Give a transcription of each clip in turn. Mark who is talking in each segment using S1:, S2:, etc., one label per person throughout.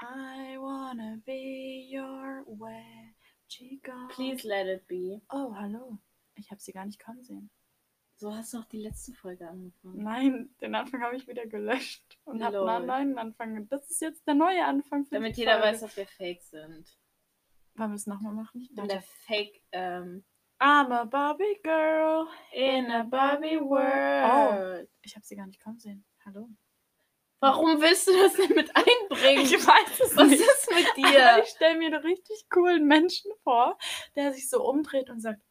S1: I wanna be your way, Chico.
S2: Please let it be.
S1: Oh, hallo. Ich habe sie gar nicht kommen sehen.
S2: So hast du auch die letzte Folge angefangen.
S1: Nein, den Anfang habe ich wieder gelöscht und habe
S2: Lol.
S1: einen neuen Anfang. Und das ist jetzt der neue Anfang für
S2: Damit
S1: die
S2: jeder
S1: Folge.
S2: weiß, dass wir fake sind.
S1: Wollen wir es nochmal machen?
S2: Ich bin der Fake ähm,
S1: I'm a Barbie Girl.
S2: in a Barbie
S1: Oh.
S2: World.
S1: Ich habe sie gar nicht kommen sehen. Hallo.
S2: Warum willst du das denn mit einbringen?
S1: weiß es
S2: Was ist mit
S1: Aber
S2: dir?
S1: ich stelle mir einen richtig coolen Menschen vor, der sich so umdreht und sagt: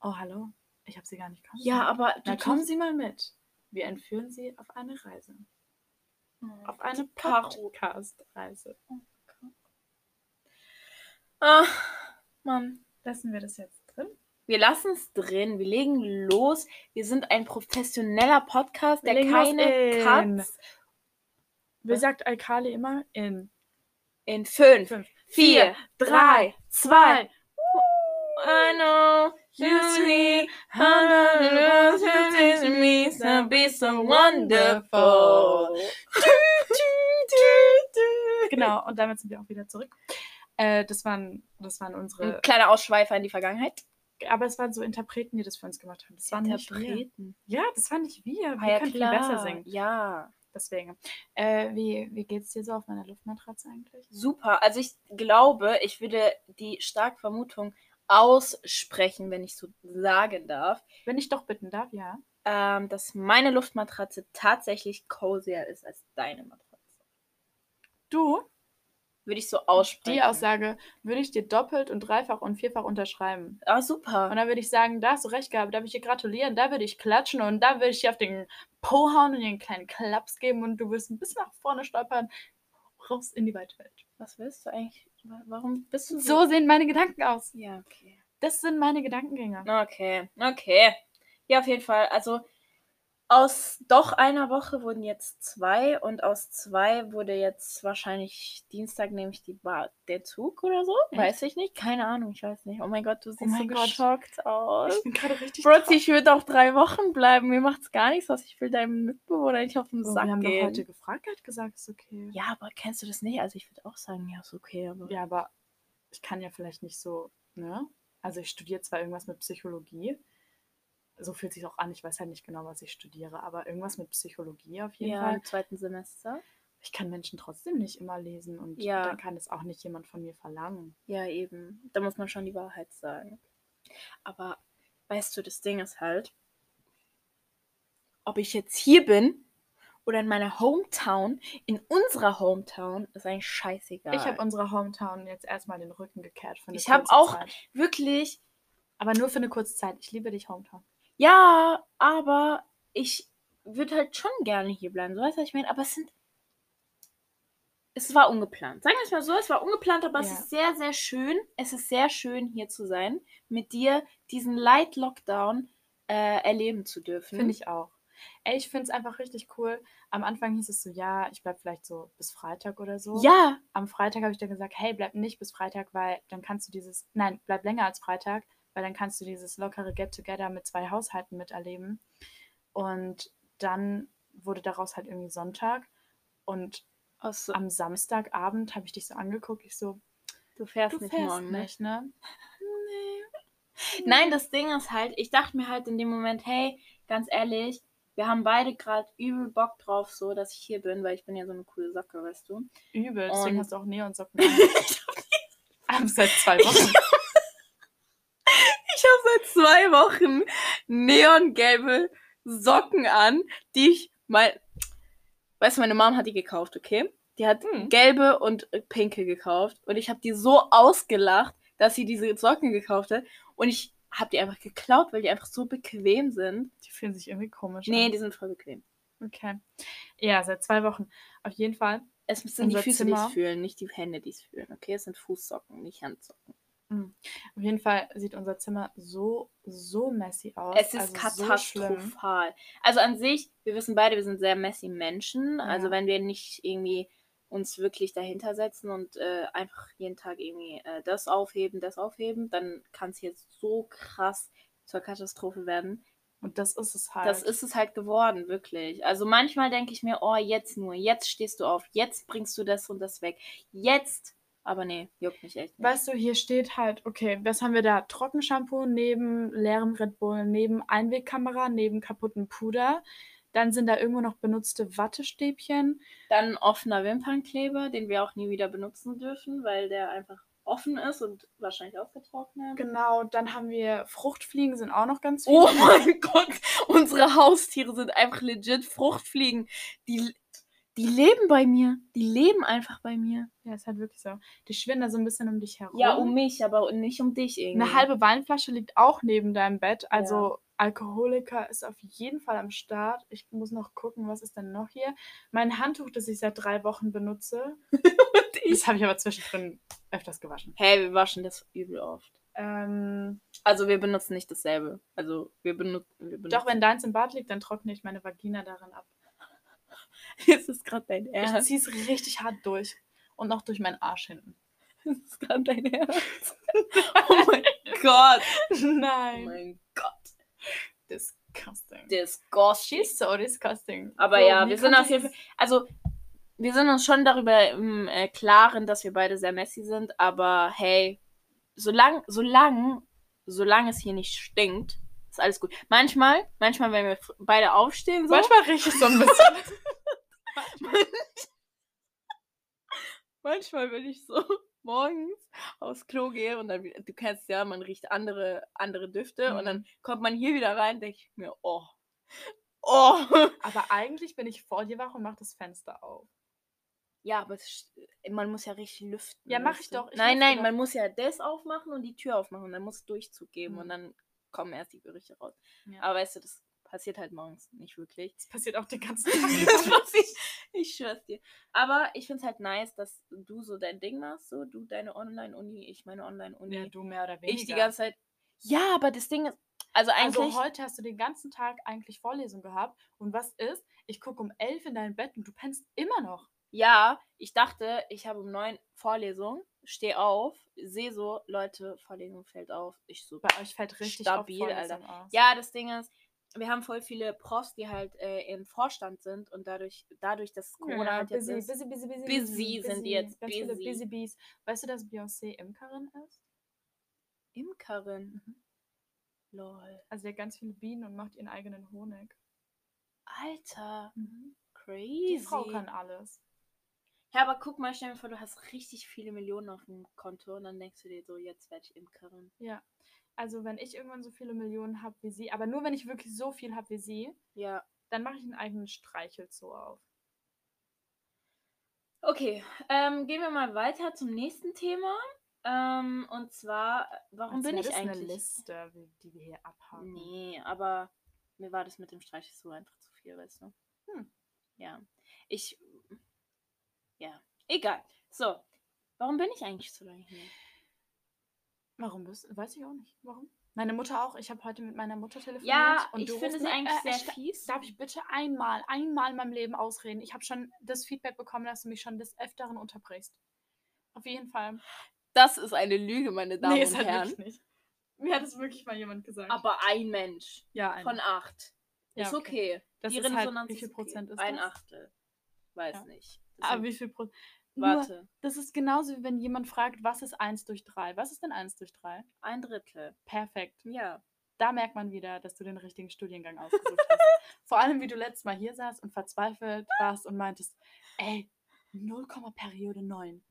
S1: Oh, hallo, ich habe sie gar nicht kommen
S2: Ja,
S1: sehen.
S2: aber
S1: Na,
S2: du
S1: kommen
S2: kommst
S1: Sie mal mit. Wir entführen Sie auf eine Reise. Auf eine
S2: Karo.
S1: Podcast-Reise.
S2: Ah, Mann.
S1: Lassen wir das jetzt drin?
S2: Wir lassen es drin. Wir legen los. Wir sind ein professioneller Podcast,
S1: Wir
S2: der
S1: legen los
S2: keine
S1: in-
S2: Cuts
S1: Wie
S2: Was?
S1: sagt Alkali immer? In
S2: in 5,
S1: Fünf,
S2: 4,
S1: drei,
S2: 3, 2, I know you
S1: Yes,
S2: see how the world you taste me so be so wonderful.
S1: Genau, und damit sind wir auch wieder zurück. Äh, das, waren, das waren
S2: Ein
S1: unsere.
S2: kleiner Ausschweifer in die Vergangenheit.
S1: Aber es waren so Interpreten, die das für uns gemacht haben. Das waren nicht wir. Ja, das waren nicht wir. Wir
S2: Ah, ja,
S1: können
S2: klar.
S1: viel besser singen.
S2: Ja,
S1: Deswegen. Äh, wie, wie geht's dir so auf meiner Luftmatratze eigentlich?
S2: super. Also ich glaube, ich würde die starke Vermutung aussprechen, wenn ich so sagen darf,
S1: Wenn ich doch bitten darf, ja.
S2: ähm, dass meine Luftmatratze tatsächlich cozier ist als deine Matratze.
S1: Du,
S2: Würde ich so aussprechen.
S1: die Aussage würde ich dir doppelt und dreifach und vierfach unterschreiben.
S2: Ah, super.
S1: Und dann würde ich sagen, da hast du recht gehabt, da würde ich dir gratulieren, da würde ich klatschen und da würde ich dir auf den Po hauen und dir einen kleinen Klaps geben und du wirst ein bisschen nach vorne stolpern, raus in die weite Welt.
S2: Was willst du eigentlich? Wa- Warum bist du
S1: So sehen meine Gedanken aus.
S2: Ja, okay.
S1: Das sind meine Gedankengänge.
S2: Okay, okay. Ja, auf jeden Fall. Also aus doch einer Woche wurden jetzt zwei und aus zwei wurde jetzt wahrscheinlich Dienstag nämlich die Bar, der Zug oder so.
S1: Echt?
S2: Weiß ich nicht. Keine Ahnung, ich weiß nicht. Oh mein Gott, du siehst so
S1: mein Gott.
S2: geschockt aus.
S1: Ich bin gerade richtig.
S2: Brotzi, ich würde auch drei Wochen bleiben. Mir macht's gar nichts aus. Ich will deinem Mitbewohner nicht auf den
S1: Oh,
S2: Sack
S1: wir haben
S2: gehen.
S1: doch heute gefragt, er hat gesagt, ist okay.
S2: Ja, aber kennst du das nicht? Also ich würde auch sagen, ja, ist okay. Aber
S1: Ja, aber ich kann ja vielleicht nicht so, ne? Also ich studiere zwar irgendwas mit Psychologie, so fühlt sich auch an, ich weiß halt nicht genau, was ich studiere, aber irgendwas mit Psychologie auf jeden
S2: ja
S1: Fall.
S2: im zweiten Semester.
S1: ich kann Menschen trotzdem nicht immer lesen und
S2: Ja.
S1: dann kann es auch nicht jemand von mir verlangen.
S2: Ja, eben. Da muss man schon die Wahrheit sagen. Aber weißt du, das Ding ist halt, ob ich jetzt hier bin oder in meiner Hometown, in unserer Hometown, ist eigentlich scheißegal.
S1: Ich habe unserer Hometown jetzt erstmal den Rücken gekehrt. Für eine
S2: Ich hab
S1: kurze
S2: auch-
S1: Zeit.
S2: wirklich,
S1: Aber nur für eine kurze Zeit. Ich liebe dich, Hometown.
S2: ja, aber ich würde halt schon gerne hier bleiben. So weißt du, was ich meine? Aber es sind. Es war ungeplant. Sagen wir es mal so, es war ungeplant, aber es
S1: Ja.
S2: ist sehr, sehr schön. Es ist sehr schön, hier zu sein, mit dir diesen Light Lockdown äh, erleben zu dürfen.
S1: Finde ich auch. Ey, ich finde es einfach richtig cool. Am Anfang hieß es so, ja, ich bleibe vielleicht so bis Freitag oder so.
S2: Ja,
S1: Am Freitag habe ich dann gesagt, hey, bleib nicht bis Freitag, weil dann kannst du dieses, nein, bleib länger als Freitag, weil dann kannst du dieses lockere Get-Together mit zwei Haushalten miterleben. Und dann wurde daraus halt irgendwie Sonntag. Und
S2: aus,
S1: am Samstagabend habe ich dich so angeguckt, ich so,
S2: du fährst
S1: du
S2: nicht
S1: fährst
S2: morgen. Ne?
S1: nicht, ne?
S2: Nein, das Ding ist halt, ich dachte mir halt in dem Moment, hey, ganz ehrlich, wir haben beide gerade übel Bock drauf, so dass ich hier bin, weil ich bin ja so eine coole Socke, weißt du.
S1: Übel, deswegen
S2: Und-
S1: hast du auch Neonsocken an. Aber seit zwei Wochen.
S2: Ich habe seit zwei Wochen neongelbe Socken an, die ich mein. Weißt du, meine Mom hat die gekauft, okay? Die hat
S1: Hm.
S2: gelbe und äh, pinke gekauft. Und ich habe die so ausgelacht, dass sie diese Socken gekauft hat. Und ich habe die einfach geklaut, weil die einfach so bequem sind.
S1: Die fühlen sich irgendwie komisch
S2: Nee,
S1: an.
S2: die sind voll bequem.
S1: Okay. Ja, seit zwei Wochen. Auf jeden Fall.
S2: Es sind
S1: Unser
S2: die Füße, die
S1: Zimmer.
S2: es fühlen, nicht die Hände, die es fühlen, okay? Es sind Fußsocken, nicht Handsocken.
S1: Auf jeden Fall sieht unser Zimmer so, so messy aus.
S2: Es ist
S1: also so schlimm.
S2: katastrophal. also an sich, wir wissen beide, wir sind sehr messy Menschen. Also
S1: Ja.
S2: wenn wir nicht irgendwie uns wirklich dahinter setzen und äh, einfach jeden Tag irgendwie äh, das aufheben, das aufheben, dann kann es jetzt so krass zur Katastrophe werden.
S1: Und das ist es halt.
S2: Das ist es halt geworden, wirklich. Also manchmal denke ich mir, oh, jetzt nur, jetzt stehst du auf, jetzt bringst du das und das weg. Jetzt. Aber nee, juckt mich echt nicht.
S1: Weißt du, hier steht halt, okay, was haben wir da? Trockenshampoo neben leerem Red Bull, neben Einwegkamera, neben kaputten Puder. Dann sind da irgendwo noch benutzte Wattestäbchen.
S2: Dann ein offener Wimpernkleber, den wir auch nie wieder benutzen dürfen, weil der einfach offen ist und wahrscheinlich ausgetrocknet.
S1: Genau, dann haben wir Fruchtfliegen sind auch noch ganz
S2: Oh mein Gott, unsere Haustiere sind einfach legit Fruchtfliegen. Die, die leben bei mir. Die leben einfach bei mir.
S1: Ja, ist halt wirklich so. Die schwirren da so ein bisschen um dich herum.
S2: Ja, um mich, aber nicht um dich irgendwie.
S1: Eine halbe Weinflasche liegt auch neben deinem Bett. Also Alkoholiker ist auf jeden Fall am Start. Ich muss noch gucken, was ist denn noch hier. Mein Handtuch, das ich seit drei Wochen benutze. das habe ich aber zwischendrin öfters gewaschen.
S2: Hey, um wir waschen das übel oft.
S1: Ähm,
S2: Also wir benutzen nicht dasselbe. Also wir, benut wir benutzen.
S1: doch, wenn deins im Bad liegt, dann trockne ich meine Vagina darin ab.
S2: Jetzt ist gerade dein
S1: Ich
S2: Ernst.
S1: ziehe es richtig hart durch. Und auch durch meinen Arsch hinten.
S2: Das ist gerade dein Ernst. oh mein Gott. Oh
S1: Nein.
S2: mein Gott.
S1: disgusting.
S2: Disgusting.
S1: She's so disgusting.
S2: Aber
S1: so,
S2: ja,
S1: wie
S2: wir sind
S1: kann
S2: auf jeden
S1: das-
S2: Fall. Also, wir sind uns schon darüber im äh, Klaren, dass wir beide sehr messy sind, aber hey, solange solang, solang es hier nicht stinkt, ist alles gut. Manchmal, manchmal, wenn wir f- beide aufstehen, so,
S1: Manchmal riecht es so ein bisschen.
S2: manchmal will ich so morgens aufs Klo gehe und dann, wieder- du kennst ja, man riecht andere, andere Düfte und
S1: Mhm.
S2: dann kommt man hier wieder rein, denke ich mir, oh, oh.
S1: Aber eigentlich bin ich vor dir wach und mach das Fenster auf.
S2: Ja, aber es sch- man muss ja richtig lüften.
S1: Ja, mach ich
S2: weißt du?
S1: doch, ich genau.
S2: nein,
S1: lüfte
S2: nein,
S1: doch.
S2: man muss ja das aufmachen und die Tür aufmachen. Und dann muss Durchzug geben und
S1: Mhm.
S2: dann kommen erst die Gerüche raus.
S1: Ja.
S2: Aber weißt du, das passiert halt morgens nicht wirklich.
S1: Das passiert auch den ganzen
S2: Das
S1: Tag.
S2: muss ich, ich schwör's dir. Aber ich find's halt nice, dass du so dein Ding machst, so du deine Online-Uni, ich meine Online-Uni.
S1: ja, du mehr oder weniger.
S2: ich die ganze Zeit. Ja, aber das Ding ist, also eigentlich.
S1: also heute hast du den ganzen Tag eigentlich Vorlesung gehabt. Und was ist? Ich gucke um elf in dein Bett und du pennst immer noch.
S2: Ja, ich dachte, ich habe um neun Vorlesung, stehe auf, sehe so, Leute, Vorlesung fällt auf. Ich so,
S1: Bei euch fällt richtig oft
S2: Stabil,
S1: Vorlesung aus.
S2: Ja, das Ding ist, wir haben voll viele Profs, die halt äh, im Vorstand sind und dadurch, dadurch dass Corona halt jetzt
S1: busy,
S2: ist.
S1: busy, busy, busy,
S2: Busy sind die jetzt,
S1: Ganz viele
S2: busy.
S1: busy bees. Weißt du, dass Beyoncé Imkerin ist?
S2: Imkerin. Mhm. Lol.
S1: Also sie hat ganz viele Bienen und macht ihren eigenen Honig.
S2: Alter,
S1: Die
S2: crazy.
S1: Frau kann alles.
S2: Ja, aber guck mal, stell dir vor, du hast richtig viele Millionen auf dem Konto und dann denkst du dir so, jetzt werde ich Imkerin.
S1: Ja. Also wenn ich irgendwann so viele Millionen habe wie sie, aber nur wenn ich wirklich so viel habe wie sie,
S2: Ja.
S1: dann mache ich einen eigenen Streichelzoo auf.
S2: Okay, ähm, gehen wir mal weiter zum nächsten Thema. Ähm, und zwar, warum
S1: Als
S2: bin
S1: wäre
S2: ich
S1: das
S2: eigentlich.
S1: eine Liste, wie- die wir hier abhaken.
S2: Nee, aber mir war das mit dem Streich so einfach zu viel, weißt du?
S1: Hm.
S2: Ja. Ich. Ja. Egal. So. Warum bin ich eigentlich so lange hier?
S1: Warum bist du? Weiß ich auch nicht. Warum? Meine Mutter auch. Ich habe heute mit meiner Mutter telefoniert.
S2: Ja,
S1: und
S2: ich
S1: du
S2: finde
S1: rufst
S2: es
S1: mir-
S2: eigentlich
S1: äh,
S2: sehr
S1: ich-
S2: fies.
S1: Darf ich bitte einmal, einmal in meinem Leben ausreden? Ich habe schon das Feedback bekommen, dass du mich schon des Öfteren unterbrichst. Auf jeden Fall. halt
S2: Das ist eine Lüge, meine Damen und Herren.
S1: wirklich nicht. Mir hat es wirklich mal jemand gesagt.
S2: Aber ein Mensch
S1: ja, eine.
S2: von acht.
S1: ja,
S2: ist okay.
S1: Das
S2: Die
S1: ist halt,
S2: Resonanz
S1: wie viel
S2: okay.
S1: Prozent ist
S2: Ein
S1: das?
S2: Achtel. Weiß
S1: Ja.
S2: nicht. Das
S1: Ah,
S2: sind-
S1: wie viel Prozent? Nur,
S2: Warte.
S1: das ist genauso, wie wenn jemand fragt, was ist 1 durch 3? Was ist denn 1 durch 3?
S2: Ein Drittel.
S1: Perfekt.
S2: Ja.
S1: Da merkt man wieder, dass du den richtigen Studiengang ausgesucht hast. Vor allem, wie du letztes Mal hier saßt und verzweifelt warst und meintest, ey, 0, Periode 9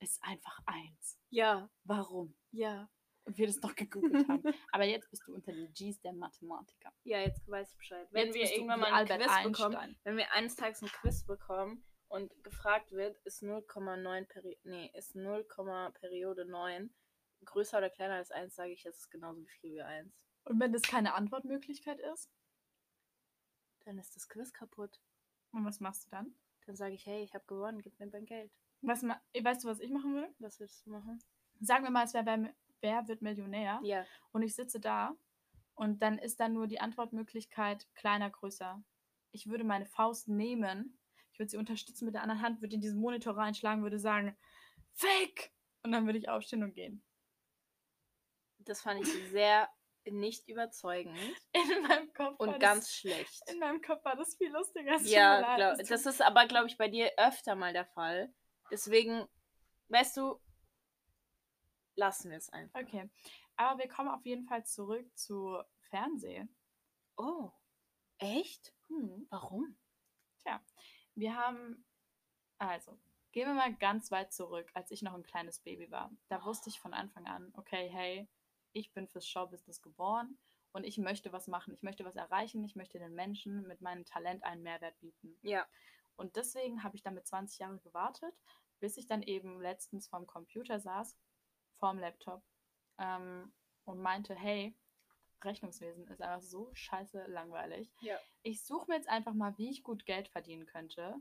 S1: ist einfach 1.
S2: Ja.
S1: Warum?
S2: Ja.
S1: Und wir das noch gegoogelt haben. Aber jetzt bist du unter den Gs der Mathematiker.
S2: Ja, jetzt weiß ich Bescheid. Wenn
S1: jetzt
S2: wir
S1: bist du
S2: irgendwann
S1: wie
S2: mal einen
S1: Albert
S2: Quiz bekommen,
S1: Einstein.
S2: wenn wir eines Tages ein Quiz bekommen und gefragt wird, ist 0,9 Peri nee, ist 0, Periode 9 größer oder kleiner als 1, sage ich, das ist genauso viel wie 1.
S1: Und wenn das keine Antwortmöglichkeit ist,
S2: Dann ist das Quiz kaputt.
S1: und was machst du dann?
S2: Dann sage ich, hey, ich habe gewonnen, gib mir dein Geld.
S1: Was ma weißt du, was ich machen würde?
S2: Was willst du machen?
S1: Sagen wir mal, es wäre beim Wer wird Millionär
S2: Ja.
S1: und ich sitze da und dann ist dann nur die Antwortmöglichkeit kleiner, größer. Ich würde meine Faust nehmen, ich würde sie unterstützen mit der anderen Hand, würde in diesen Monitor reinschlagen, würde sagen, Fake! Und dann würde ich aufstehen und gehen.
S2: Das fand ich sehr nicht überzeugend
S1: In meinem Kopf war
S2: und
S1: das-
S2: ganz schlecht.
S1: In meinem Kopf war das viel lustiger. es tut mir
S2: Ja,
S1: leid,
S2: glaub,
S1: es tut
S2: das ist aber, glaube ich, bei dir öfter mal der Fall. Deswegen, weißt du, lassen wir es einfach.
S1: Okay, aber wir kommen auf jeden Fall zurück zu Fernsehen. Hm.
S2: Oh, echt? Warum?
S1: Wir haben, also, gehen wir mal ganz weit zurück, als ich noch ein kleines Baby war. Da wusste ich von Anfang an, okay, hey, ich bin fürs Showbusiness geboren und ich möchte was machen, ich möchte was erreichen, ich möchte den Menschen mit meinem Talent einen Mehrwert bieten.
S2: Ja.
S1: Und deswegen habe ich damit 20 Jahre gewartet, bis ich dann eben letztens vorm Computer saß, vorm Laptop ähm, und meinte, hey, Rechnungswesen ist einfach so scheiße langweilig.
S2: Ja.
S1: Ich suche mir jetzt einfach mal, wie ich gut Geld verdienen könnte.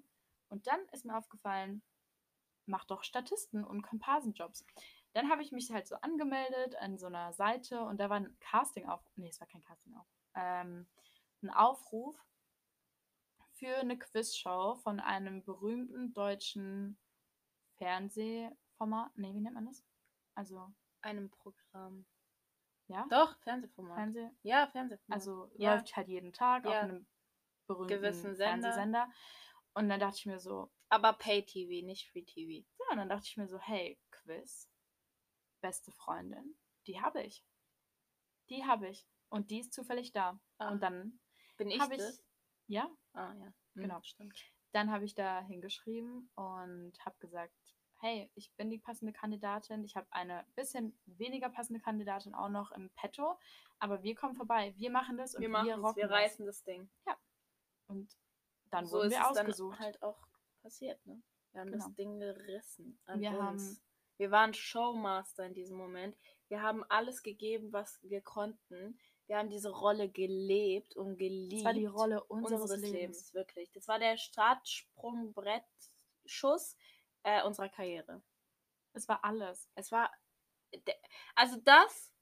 S1: Und dann ist mir aufgefallen, mach doch Statisten und Komparsenjobs. Dann habe ich mich halt so angemeldet an so einer Seite und da war ein Casting auf. Nee, es war kein Casting auf. Ähm, ein Aufruf für eine Quizshow von einem berühmten deutschen Fernsehformat. Nee, wie nennt man das? Also,
S2: Einem Programm.
S1: ja,
S2: Doch, Fernsehformat.
S1: Fernseh.
S2: ja, Fernsehformat.
S1: Also
S2: Ja.
S1: läuft halt jeden Tag
S2: Ja.
S1: auf einem berühmten
S2: Gewissen Sender.
S1: Fernsehsender. Und dann dachte ich mir so,
S2: aber Pay-TV, nicht Free-TV.
S1: ja, und dann dachte ich mir so, hey, Quiz, beste Freundin, die habe ich. Die habe ich. Und die ist zufällig da.
S2: Ah,
S1: Und dann
S2: bin ich
S1: habe ich,
S2: das?
S1: ja,
S2: Ah, ja. Hm,
S1: Genau.
S2: Stimmt.
S1: dann habe ich da hingeschrieben und habe gesagt, hey, ich bin die passende Kandidatin. Ich habe eine bisschen weniger passende Kandidatin auch noch im Petto. Aber wir kommen vorbei. Wir machen das und
S2: Wir
S1: wir,
S2: machen es,
S1: rocken
S2: wir
S1: das.
S2: reißen das Ding.
S1: Und dann
S2: so
S1: wurden
S2: ist
S1: wir
S2: es
S1: ausgesucht.
S2: dann halt auch passiert, ne? Wir haben das
S1: Genau.
S2: Ding gerissen. An
S1: Wir
S2: uns.
S1: haben-
S2: wir waren Showmaster in diesem Moment. Wir haben alles gegeben, was wir konnten. Wir haben diese Rolle gelebt und geliebt.
S1: Das war die Rolle unseres, Lebens.
S2: wirklich. Das war der Startsprungbrettschuss äh, unserer Karriere.
S1: Es war alles.
S2: Es war. de- Also das,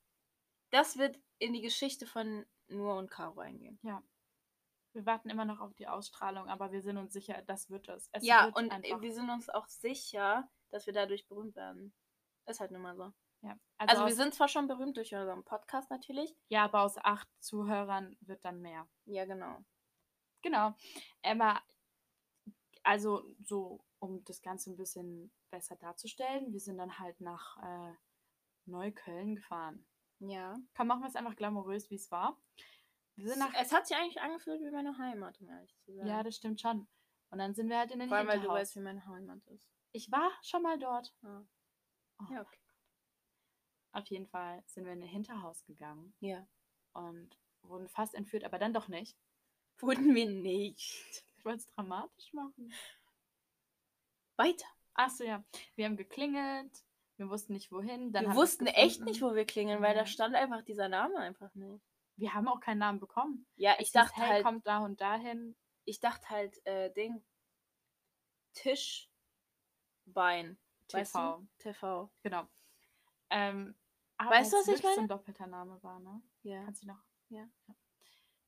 S2: das wird in die Geschichte von Nur und Caro eingehen.
S1: Wir warten immer noch auf die Ausstrahlung, aber wir sind uns sicher, das wird es. es
S2: ja,
S1: wird
S2: und
S1: einfach,
S2: wir sind uns auch sicher, dass wir dadurch berühmt werden. Ist halt nun mal so.
S1: ja.
S2: Also,
S1: Also,
S2: wir
S1: aus,
S2: sind zwar schon berühmt durch unseren Podcast natürlich.
S1: ja, aber aus acht Zuhörern wird dann mehr.
S2: Ja, genau.
S1: Genau. Emma, also so, um das Ganze ein bisschen besser darzustellen, wir sind dann halt nach äh, Neukölln gefahren.
S2: Ja.
S1: Komm, machen wir es einfach glamourös, wie es war. Wir sind nach.
S2: Es hat sich eigentlich angefühlt wie meine Heimat, um ehrlich zu sein.
S1: Ja, das stimmt schon. Und dann sind wir halt in den
S2: Vor allem, weil du
S1: Hinterhaus.
S2: weißt, wie meine Heimat ist.
S1: ich war schon mal dort.
S2: Ja.
S1: Oh.
S2: Ja, okay.
S1: Auf jeden Fall sind wir in ein Hinterhaus gegangen
S2: ja.
S1: und wurden fast entführt, aber dann doch nicht.
S2: Wurden wir nicht.
S1: Ich wollte es dramatisch machen.
S2: Weiter.
S1: Achso, ja. Wir haben geklingelt, wir wussten nicht wohin. Dann
S2: wir
S1: haben wir es
S2: wussten echt
S1: gefunden.
S2: nicht, wo wir klingeln, weil da
S1: Mhm.
S2: stand einfach dieser Name einfach nicht.
S1: Wir haben auch keinen Namen bekommen.
S2: Ja,
S1: Es
S2: ich
S1: hieß,
S2: dachte
S1: hey,
S2: halt,
S1: kommt da und dahin.
S2: ich dachte halt, äh, Ding. Tischbein.
S1: TV.
S2: Weißt du? TV.
S1: Genau. Ähm, aber
S2: Weißt du,
S1: es
S2: was ich
S1: wirklich so
S2: meine?
S1: ein doppelter Name war, ne?
S2: Ja.
S1: Kannst du dich noch?
S2: Ja.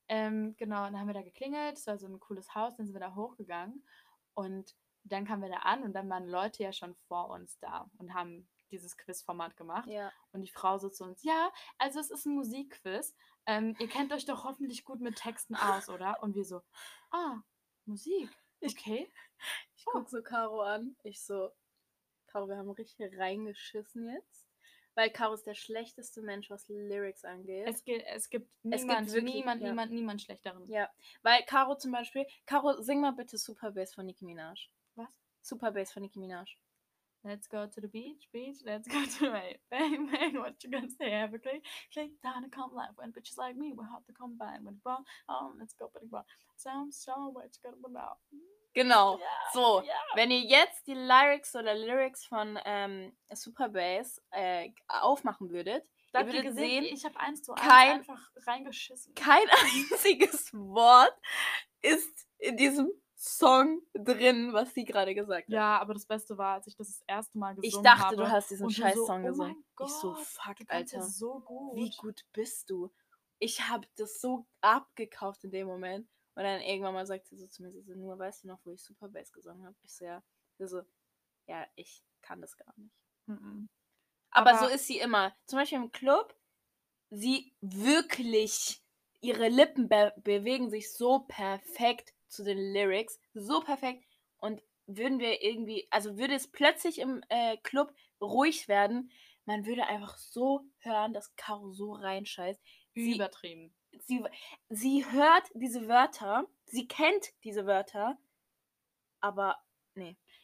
S1: Ähm, genau, und dann haben wir da geklingelt, es war so ein cooles Haus, dann sind wir da hochgegangen und dann kamen wir da an und dann waren Leute ja schon vor uns da und haben dieses Quizformat gemacht.
S2: Ja.
S1: Und die Frau so zu uns, ja, also es ist ein Musikquiz. Ähm, ihr kennt euch doch hoffentlich gut mit Texten aus, oder? Und wir so, ah, Musik.
S2: Ich-
S1: Okay.
S2: Ich
S1: Oh.
S2: guck so Caro an. Ich so, Caro, wir haben richtig reingeschissen jetzt. Weil Caro ist der schlechteste Mensch, was Lyrics angeht.
S1: Es, ge- es gibt
S2: gibt
S1: niemand,
S2: wirklich-
S1: niemand,
S2: ja.
S1: niemand, niemand schlechteren.
S2: ja. Weil Caro zum Beispiel, Caro, sing mal bitte Super Bass von Nicki Minaj.
S1: Was?
S2: Super Bass von Nicki Minaj.
S1: Let's go to the beach, beach, let's go to my bang, bang, what you gonna say, have a click, click down and come live, when bitches like me will have to come by, when the ball, oh, let's go, but the ball, sound, sound, what you gonna about.
S2: Genau. So,
S1: Ja.
S2: wenn ihr jetzt die Lyrics oder Lyrics von ähm, Super Bass äh, aufmachen würdet,
S1: Da
S2: Ihr
S1: habt ihr
S2: würdet
S1: gesehen,
S2: sehen,
S1: ich habe eins zu eins
S2: kein-
S1: einfach reingeschissen.
S2: kein einziges Wort ist in diesem Song drin, was sie gerade gesagt hat.
S1: Ja, aber das Beste war, als ich das das erste Mal gesungen
S2: Ich dachte,
S1: habe.
S2: du hast diesen
S1: und du
S2: scheiß
S1: so,
S2: Song
S1: oh
S2: gesungen.
S1: mein
S2: ich so,
S1: Gott,
S2: fuck,
S1: du kannst
S2: Alter.
S1: Das so gut.
S2: Wie gut bist du? Ich habe das so abgekauft in dem Moment. Und dann irgendwann mal sagt sie so zu mir, sie so, nur weißt du noch, wo ich Super Bass gesungen habe? Ich so, ja. Sie so, ja, ich kann das gar nicht.
S1: Mhm.
S2: Aber,
S1: Aber-
S2: so ist sie immer. Zum Beispiel im Club, sie wirklich, ihre Lippen be bewegen sich so perfekt zu den Lyrics, so perfekt. Und würden wir irgendwie, also würde es plötzlich im äh, Club ruhig werden, man würde einfach so hören, dass Caro so reinscheißt. Sie-
S1: Übertrieben.
S2: sie, sie hört diese Wörter, sie kennt diese Wörter, aber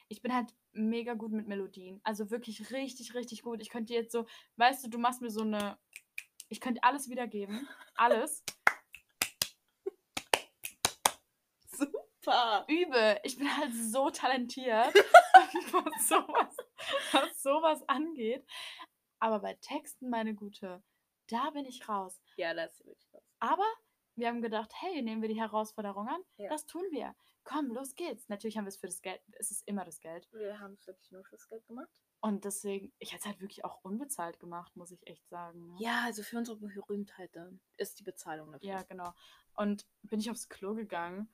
S1: Ich bin halt mega gut mit Melodien. Also wirklich richtig, richtig gut. Ich könnte jetzt so, weißt du, du machst mir so eine. Ich könnte alles wiedergeben. Alles.
S2: super.
S1: Übel. Ich bin halt so talentiert, was, sowas, was sowas angeht. Aber bei Texten, meine Gute, da bin ich raus.
S2: Ja, das ist wirklich was.
S1: Aber wir haben gedacht, hey, nehmen wir die Herausforderung an.
S2: Ja.
S1: Das tun wir. Komm, los geht's. Natürlich haben wir es für das Geld. Es ist immer das Geld.
S2: Wir haben es wirklich nur fürs Geld gemacht.
S1: Und deswegen, ich hätte es halt wirklich auch unbezahlt gemacht, muss ich echt sagen. ne?
S2: Ja, also für unsere Berühmtheit dann ist die Bezahlung dafür.
S1: Ja, genau. Und bin ich aufs Klo gegangen,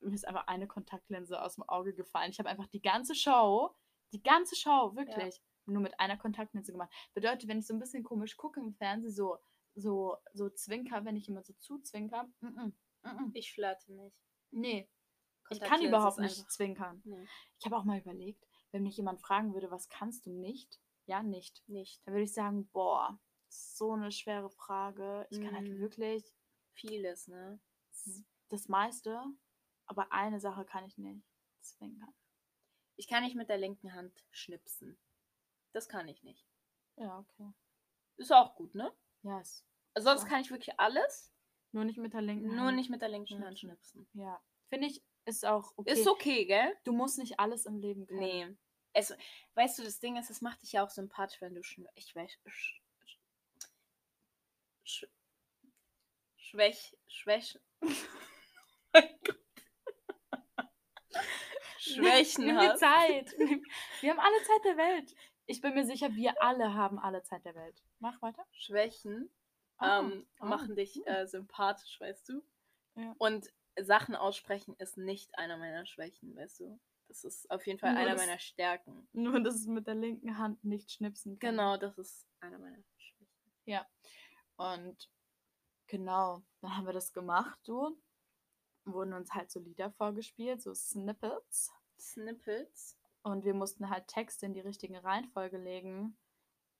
S1: mir ist einfach eine Kontaktlinse aus dem Auge gefallen. Ich habe einfach die ganze Show, die ganze Show, wirklich, nur mit einer Kontaktlinse gemacht. Bedeutet, wenn ich so ein bisschen komisch gucke im Fernsehen, so, so, so zwinker, wenn ich immer so zuzwinker, mm -mm, mm -mm,
S2: Ich flirte nicht.
S1: nee, ich kann überhaupt nicht zwinkern.
S2: Nee.
S1: Ich habe auch mal überlegt, wenn mich jemand fragen würde, was kannst du nicht? Ja, nicht.
S2: Nicht.
S1: Dann würde ich sagen, boah, so eine schwere Frage. Ich kann halt
S2: Mhm.
S1: wirklich
S2: Vieles, ne?
S1: das meiste, aber eine Sache kann ich nicht. Zwinkern.
S2: Ich kann nicht mit der linken Hand schnipsen. Das kann ich nicht.
S1: Ja, okay.
S2: Ist auch gut, ne? Also
S1: Yes.
S2: Sonst
S1: Ja.
S2: kann ich wirklich alles,
S1: Nur nicht mit der linken
S2: nur
S1: Hand.
S2: nicht mit der linken Hand schnipsen.
S1: Ja. Finde ich, ist auch okay.
S2: Ist okay, gell?
S1: Du musst nicht alles im Leben können.
S2: Nee. Es, weißt du, das Ding ist, es macht dich ja auch sympathisch, wenn du schn ich weiß, sch sch schwäch, schwäch Schwächen
S1: Nimm dir
S2: hast.
S1: Zeit. Nimm- Wir haben alle Zeit der Welt. Ich bin mir sicher, wir alle haben alle Zeit der Welt. Mach weiter.
S2: Schwächen ähm,
S1: Ah, ah.
S2: machen dich
S1: hm.
S2: äh, sympathisch, weißt du?
S1: Ja.
S2: Und Sachen aussprechen ist nicht einer meiner Schwächen, weißt du? Das ist auf jeden Fall
S1: Nur
S2: einer
S1: das-
S2: meiner Stärken.
S1: Nur, dass es mit der linken Hand nicht schnipsen kann.
S2: Genau, das ist einer meiner Schwächen.
S1: Und genau, dann haben wir das gemacht, du. Wurden uns halt so Lieder vorgespielt, so Snippets.
S2: Snippets.
S1: Und wir mussten halt Texte in die richtige Reihenfolge legen.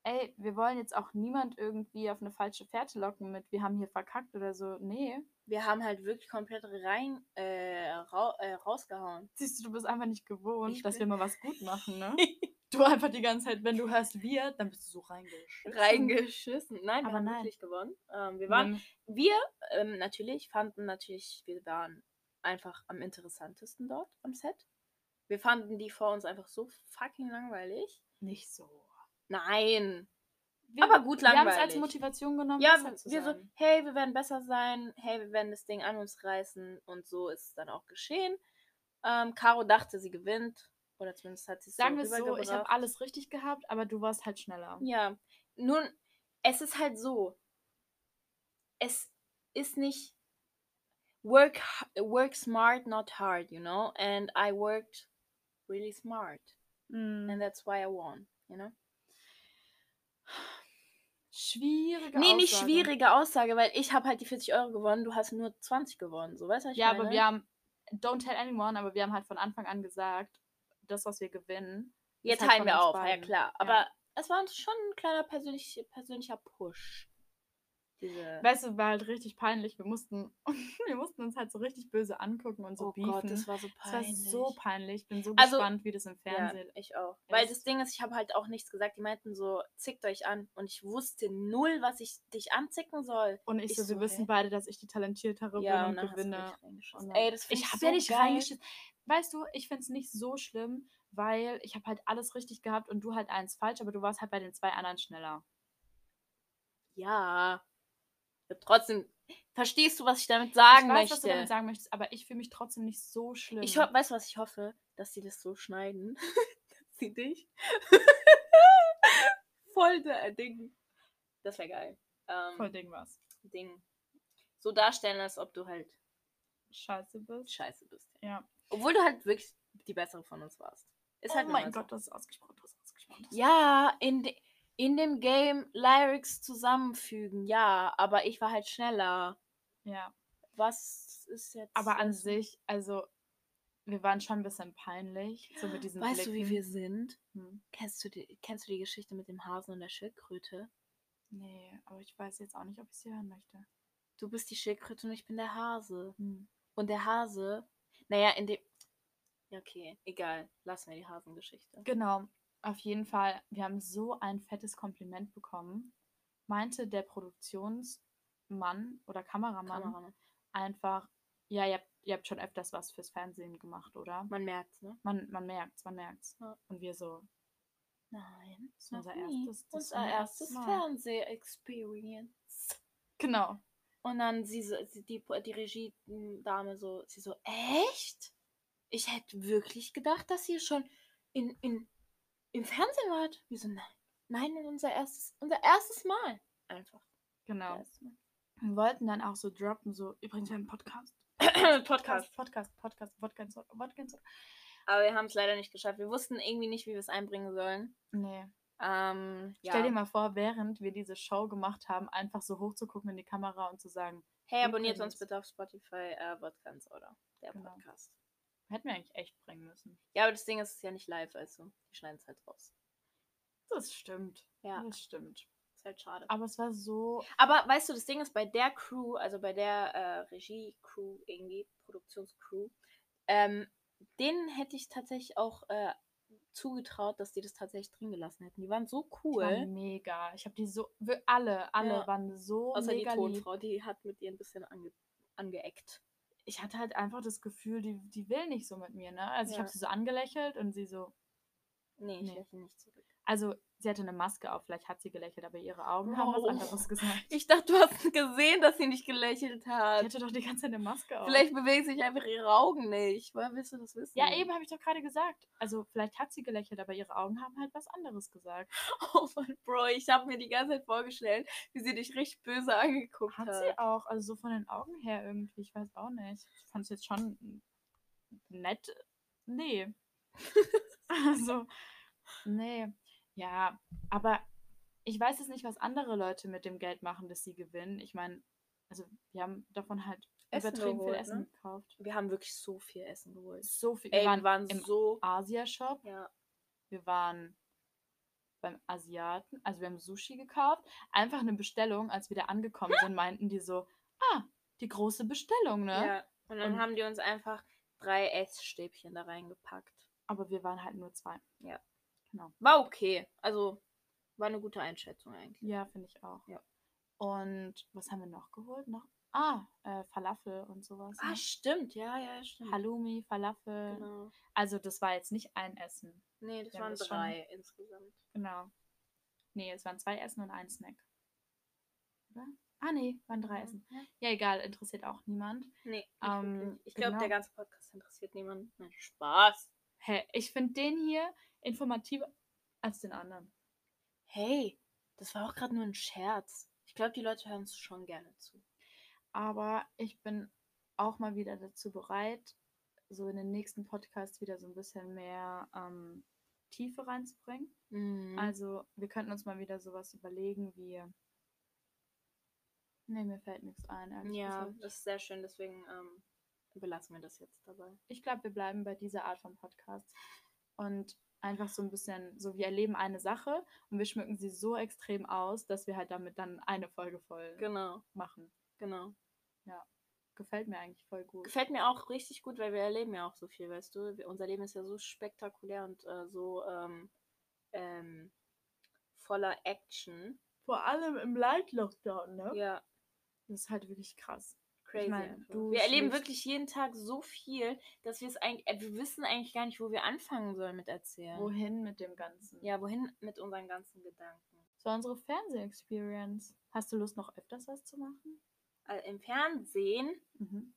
S1: Ey, wir wollen jetzt auch niemand irgendwie auf eine falsche Fährte locken mit, wir haben hier verkackt oder so. Nee.
S2: wir haben halt wirklich komplett rein äh, rau äh, rausgehauen.
S1: Siehst du, du bist einfach nicht gewohnt,
S2: Ich
S1: dass wir
S2: bin-
S1: mal was gut machen, ne? Du einfach die ganze Zeit, wenn du hörst wir, dann bist du so reingeschissen.
S2: Reingeschissen. Nein, wir
S1: Aber
S2: haben
S1: nein.
S2: wirklich gewonnen. Ähm, wir
S1: Wir
S2: waren,
S1: waren
S2: wir ähm, natürlich fanden natürlich, wir waren einfach am interessantesten dort am Set. Wir fanden die vor uns einfach so fucking langweilig.
S1: nicht so.
S2: Nein.
S1: Wir,
S2: Aber gut
S1: Wir haben es als
S2: langweilig.
S1: Motivation genommen,
S2: ja,
S1: Um besser zu
S2: wir so,
S1: sein.
S2: hey, wir werden besser sein, hey, wir werden das Ding an uns reißen und so ist es dann auch geschehen. Ähm, Caro dachte, sie gewinnt oder zumindest hat sie es
S1: Sagen wir es
S2: so
S1: so, ich habe
S2: rübergebracht.
S1: alles richtig gehabt, aber du warst halt schneller.
S2: Ja, nun, es ist halt so. Es ist nicht work, h- work smart, not hard, you know? And I worked really smart. And that's why I won, you know?
S1: Schwierige
S2: Nee, nicht
S1: Aussage.
S2: schwierige Aussage, weil ich habe halt die 40 Euro gewonnen, du hast nur 20 gewonnen, so weißt du, was ich
S1: Ja,
S2: meine?
S1: aber wir haben, don't tell anyone, aber wir haben halt von Anfang an gesagt, das, was wir gewinnen.
S2: Wir
S1: ist halt
S2: teilen
S1: von
S2: wir
S1: uns
S2: auf, ja
S1: beiden.
S2: klar. Aber es war schon ein kleiner persönlich, persönlicher Push. Diese
S1: Weißt du, war halt richtig peinlich. Wir mussten, wir mussten uns halt so richtig böse angucken und so
S2: oh
S1: beefen.
S2: Gott, das war so
S1: Das war
S2: peinlich.
S1: so peinlich. Bin so
S2: Also-
S1: gespannt, wie das im Fernsehen.
S2: Ja, ich auch. Weil
S1: ist.
S2: das Ding ist, ich habe halt auch nichts gesagt. Die meinten so, zickt euch an. Und ich wusste null, was ich dich anzicken soll.
S1: Und ich,
S2: Ich
S1: so, wir
S2: so,
S1: wissen
S2: hä?
S1: beide, dass ich die talentiertere bin
S2: ja, und
S1: und
S2: dann hast du
S1: gewinne.
S2: mich
S1: Und
S2: reingeschissen.
S1: dann-
S2: Ey, das find
S1: ich habe
S2: so
S1: ja nicht
S2: geil.
S1: reingeschissen. Weißt du, ich finde es nicht so schlimm, weil ich habe halt alles richtig gehabt und du halt eins falsch, aber du warst halt bei den zwei anderen schneller.
S2: Ja. Ja, Trotzdem, verstehst du, was ich damit
S1: ich
S2: sagen
S1: weiß, was du
S2: möchte?
S1: damit sagen möchtest, aber ich fühle mich trotzdem nicht so schlimm.
S2: ich ho- weißt du, was ich hoffe? Dass sie das so schneiden. dass sie dich voll der Ding. Das wäre geil. Ähm,
S1: voll Ding was.
S2: Ding. So darstellen, als ob du halt
S1: Scheiße bist.
S2: scheiße bist.
S1: Ja.
S2: Obwohl du halt wirklich die bessere von uns warst. Ist
S1: oh
S2: halt nun
S1: mein
S2: mal so.
S1: Gott, das ist ausgesprochen, das ist ausgesprochen. das ist-
S2: Ja, in de in dem Game Lyrics zusammenfügen, ja, aber ich war halt schneller.
S1: Ja.
S2: Was ist jetzt.
S1: Aber an sich, also wir waren schon ein bisschen peinlich, so mit diesen
S2: weißt du, wie
S1: Blicken.
S2: wir sind?
S1: Hm.
S2: Kennst du, die, kennst du die Geschichte mit dem Hasen und der Schildkröte?
S1: Nee, aber ich weiß jetzt auch nicht, ob ich sie hören möchte.
S2: Du bist die Schildkröte und ich bin der Hase.
S1: Hm.
S2: Und der Hase, naja, in dem. Ja, okay, egal. Lassen wir die Hasengeschichte.
S1: Genau, auf jeden Fall. Wir haben so ein fettes Kompliment bekommen. Meinte der Produktionsmann oder Kameramann
S2: Kameramann.
S1: einfach, ja, ihr habt, ihr habt schon öfters was fürs Fernsehen gemacht, oder?
S2: Man merkt's, ne?
S1: Man, man merkt's, man merkt's.
S2: Ja.
S1: Und wir so,
S2: Nein.
S1: das ist unser
S2: noch nie.
S1: erstes, das ist
S2: unser
S1: unser
S2: erstes
S1: erstes Mal.
S2: Fernseh-Experience.
S1: genau.
S2: Und dann sie, so- sie die, die Regie-Dame so, sie so, echt? Ich hätte wirklich gedacht, dass ihr schon in, in, im Fernsehen wart. Wir so, nein. Nein, unser erstes, unser erstes Mal. Einfach.
S1: Genau.
S2: Erstes Mal.
S1: Wir wollten dann auch so droppen, so, übrigens, wir haben einen Podcast.
S2: Podcast.
S1: Podcast, Podcast, Podcast, Podcast, Podcast.
S2: Aber wir haben es leider nicht geschafft. Wir wussten irgendwie nicht, wie wir es einbringen sollen.
S1: Nee.
S2: Ähm, ja.
S1: Stell dir mal vor, während wir diese Show gemacht haben, einfach so hochzugucken in die Kamera und zu sagen,
S2: hey, abonniert
S1: Übrigens.
S2: uns bitte auf Spotify, äh, Vodkans oder der
S1: Genau.
S2: Podcast.
S1: hätten wir eigentlich echt bringen müssen.
S2: Ja, aber das Ding ist, es ist ja nicht live, also die schneiden es halt raus.
S1: Das stimmt.
S2: Ja,
S1: Das stimmt.
S2: ist halt schade.
S1: Aber es war so.
S2: Aber weißt du, das Ding ist, bei der Crew, also bei der äh, Regie-Crew irgendwie, Produktionscrew, ähm, denen hätte ich tatsächlich auch äh, zugetraut, dass die das tatsächlich drin gelassen hätten. Die waren so
S1: die waren
S2: cool.
S1: mega. Ich habe die so. wir- Alle, alle
S2: Ja.
S1: waren so
S2: Außer die
S1: mega lieb.
S2: Tonfrau, die hat mit ihr ein bisschen ange angeeckt.
S1: Ich hatte halt einfach das Gefühl, die, die will nicht so mit mir, ne? Also ich
S2: Ja.
S1: habe sie so angelächelt und sie so.
S2: Nee, ich
S1: Nee.
S2: lächle nicht zurück.
S1: Also sie hatte eine Maske auf, vielleicht hat sie gelächelt, aber ihre Augen haben was
S2: Wow.
S1: anderes gesagt.
S2: Ich dachte, du hast gesehen, dass sie nicht gelächelt
S1: Die
S2: hat.
S1: hatte doch die ganze Zeit eine Maske auf.
S2: Vielleicht Hm. bewegen sich einfach ihre Augen nicht. Woher willst du das wissen?
S1: Ja, eben habe ich doch gerade gesagt. Also vielleicht hat sie gelächelt, aber ihre Augen haben halt was anderes gesagt.
S2: Oh Mann, Bro, ich habe mir die ganze Zeit vorgestellt, wie sie dich richtig böse angeguckt hat.
S1: Hat sie auch, also so von den Augen her irgendwie, ich weiß auch nicht. Ich fand es jetzt schon nett. Nee. also, nee. Ja, aber ich weiß jetzt nicht, was andere Leute mit dem Geld machen, das sie gewinnen. Ich meine, also wir haben davon halt
S2: Essen
S1: übertrieben
S2: geholt,
S1: viel Essen
S2: ne?
S1: gekauft.
S2: Wir haben wirklich so viel Essen geholt.
S1: So viel.
S2: Ey,
S1: wir waren im
S2: so.
S1: Asia-Shop.
S2: Ja.
S1: Wir waren beim Asiaten, also wir haben Sushi gekauft. Einfach eine Bestellung, als wir da angekommen sind, meinten die so, ah, die große Bestellung, ne?
S2: ja. Und dann
S1: Und-
S2: haben die uns einfach drei Essstäbchen da reingepackt.
S1: Aber wir waren halt nur zwei.
S2: War okay. Also, war eine gute Einschätzung eigentlich.
S1: Ja, finde ich auch.
S2: Ja.
S1: Und was haben wir noch geholt? Noch? Ah, äh, Falafel und sowas.
S2: Ah, stimmt. Ja, ja,
S1: ne?
S2: stimmt.
S1: Halloumi, Falafel.
S2: Genau.
S1: Also das war jetzt nicht ein Essen.
S2: Nee, das
S1: Ja,
S2: waren
S1: das schon.
S2: drei insgesamt.
S1: Genau. Nee, es waren zwei Essen und ein Snack. Oder? Ah, nee, waren drei Essen.
S2: Mhm. Ja.
S1: Ja, egal, interessiert auch niemand.
S2: Nee, nicht
S1: Ähm,
S2: wirklich. ich glaube,
S1: genau.
S2: der ganze Podcast interessiert niemanden. Nein, Spaß.
S1: Hä, ich finde den hier informativer als den anderen.
S2: Hey, das war auch gerade nur ein Scherz. Ich glaube, die Leute hören es schon gerne zu.
S1: Aber ich bin auch mal wieder dazu bereit, so in den nächsten Podcast wieder so ein bisschen mehr ähm, Tiefe reinzubringen.
S2: Also,
S1: Also, wir könnten uns mal wieder sowas überlegen wie. Nee, mir fällt nichts ein. ehrlich
S2: ja,
S1: gesagt.
S2: das ist sehr schön, deswegen ähm, belassen wir das jetzt dabei.
S1: Ich glaube, wir bleiben bei dieser Art von Podcast. Und einfach so ein bisschen, so wir erleben eine Sache und wir schmücken sie so extrem aus, dass wir halt damit dann eine Folge voll
S2: Genau,
S1: machen.
S2: genau.
S1: Gefällt mir eigentlich voll gut.
S2: Gefällt mir auch richtig gut, weil wir erleben ja auch so viel, weißt du? Wir, unser Leben ist ja so spektakulär und äh, so ähm, ähm, voller Action.
S1: Vor allem im Light-Lockdown, ne?
S2: Ja,
S1: Das ist halt wirklich krass.
S2: crazy.
S1: meine,
S2: einfach.
S1: du
S2: wir erleben
S1: schläfst-
S2: wirklich jeden Tag so viel, dass wir es eigentlich, äh, wir wissen eigentlich gar nicht, wo wir anfangen sollen mit erzählen.
S1: Wohin mit dem Ganzen?
S2: Ja, wohin mit unseren ganzen Gedanken?
S1: So unsere Fernseh-Experience. Hast du Lust, noch öfters was zu machen?
S2: Äh, Im Fernsehen
S1: Mhm.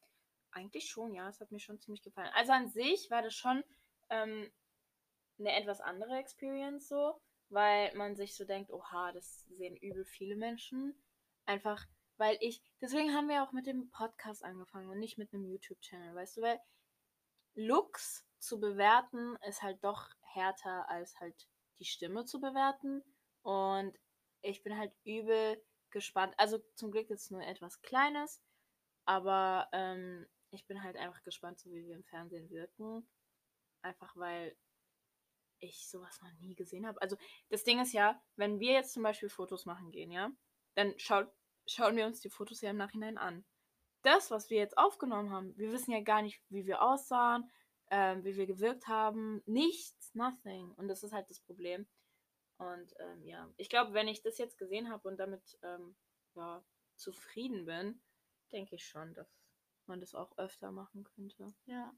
S2: Eigentlich schon, ja. Es hat mir schon ziemlich gefallen. Also an sich war das schon ähm, eine etwas andere Experience so, weil man sich so denkt, oha, das sehen übel viele Menschen. Einfach, weil ich, deswegen haben wir auch mit dem Podcast angefangen und nicht mit einem YouTube-Channel, weißt du, weil Looks zu bewerten ist halt doch härter als halt die Stimme zu bewerten Und ich bin halt übel gespannt. Also zum Glück ist es nur etwas Kleines, aber ähm, ich bin halt einfach gespannt, so wie wir im Fernsehen wirken. Einfach weil ich sowas noch nie gesehen habe. Also das Ding ist ja, wenn wir jetzt zum Beispiel Fotos machen gehen, ja, dann schaut, schauen wir uns die Fotos ja im Nachhinein an. Das, was wir jetzt aufgenommen haben, wir wissen ja gar nicht, wie wir aussahen, ähm, wie wir gewirkt haben. Nichts, nothing. Und das ist halt das Problem. Und ähm, ja, ich glaube, wenn ich das jetzt gesehen habe und damit ähm, ja, zufrieden bin, denke ich schon, dass man das auch öfter machen könnte.
S1: Ja.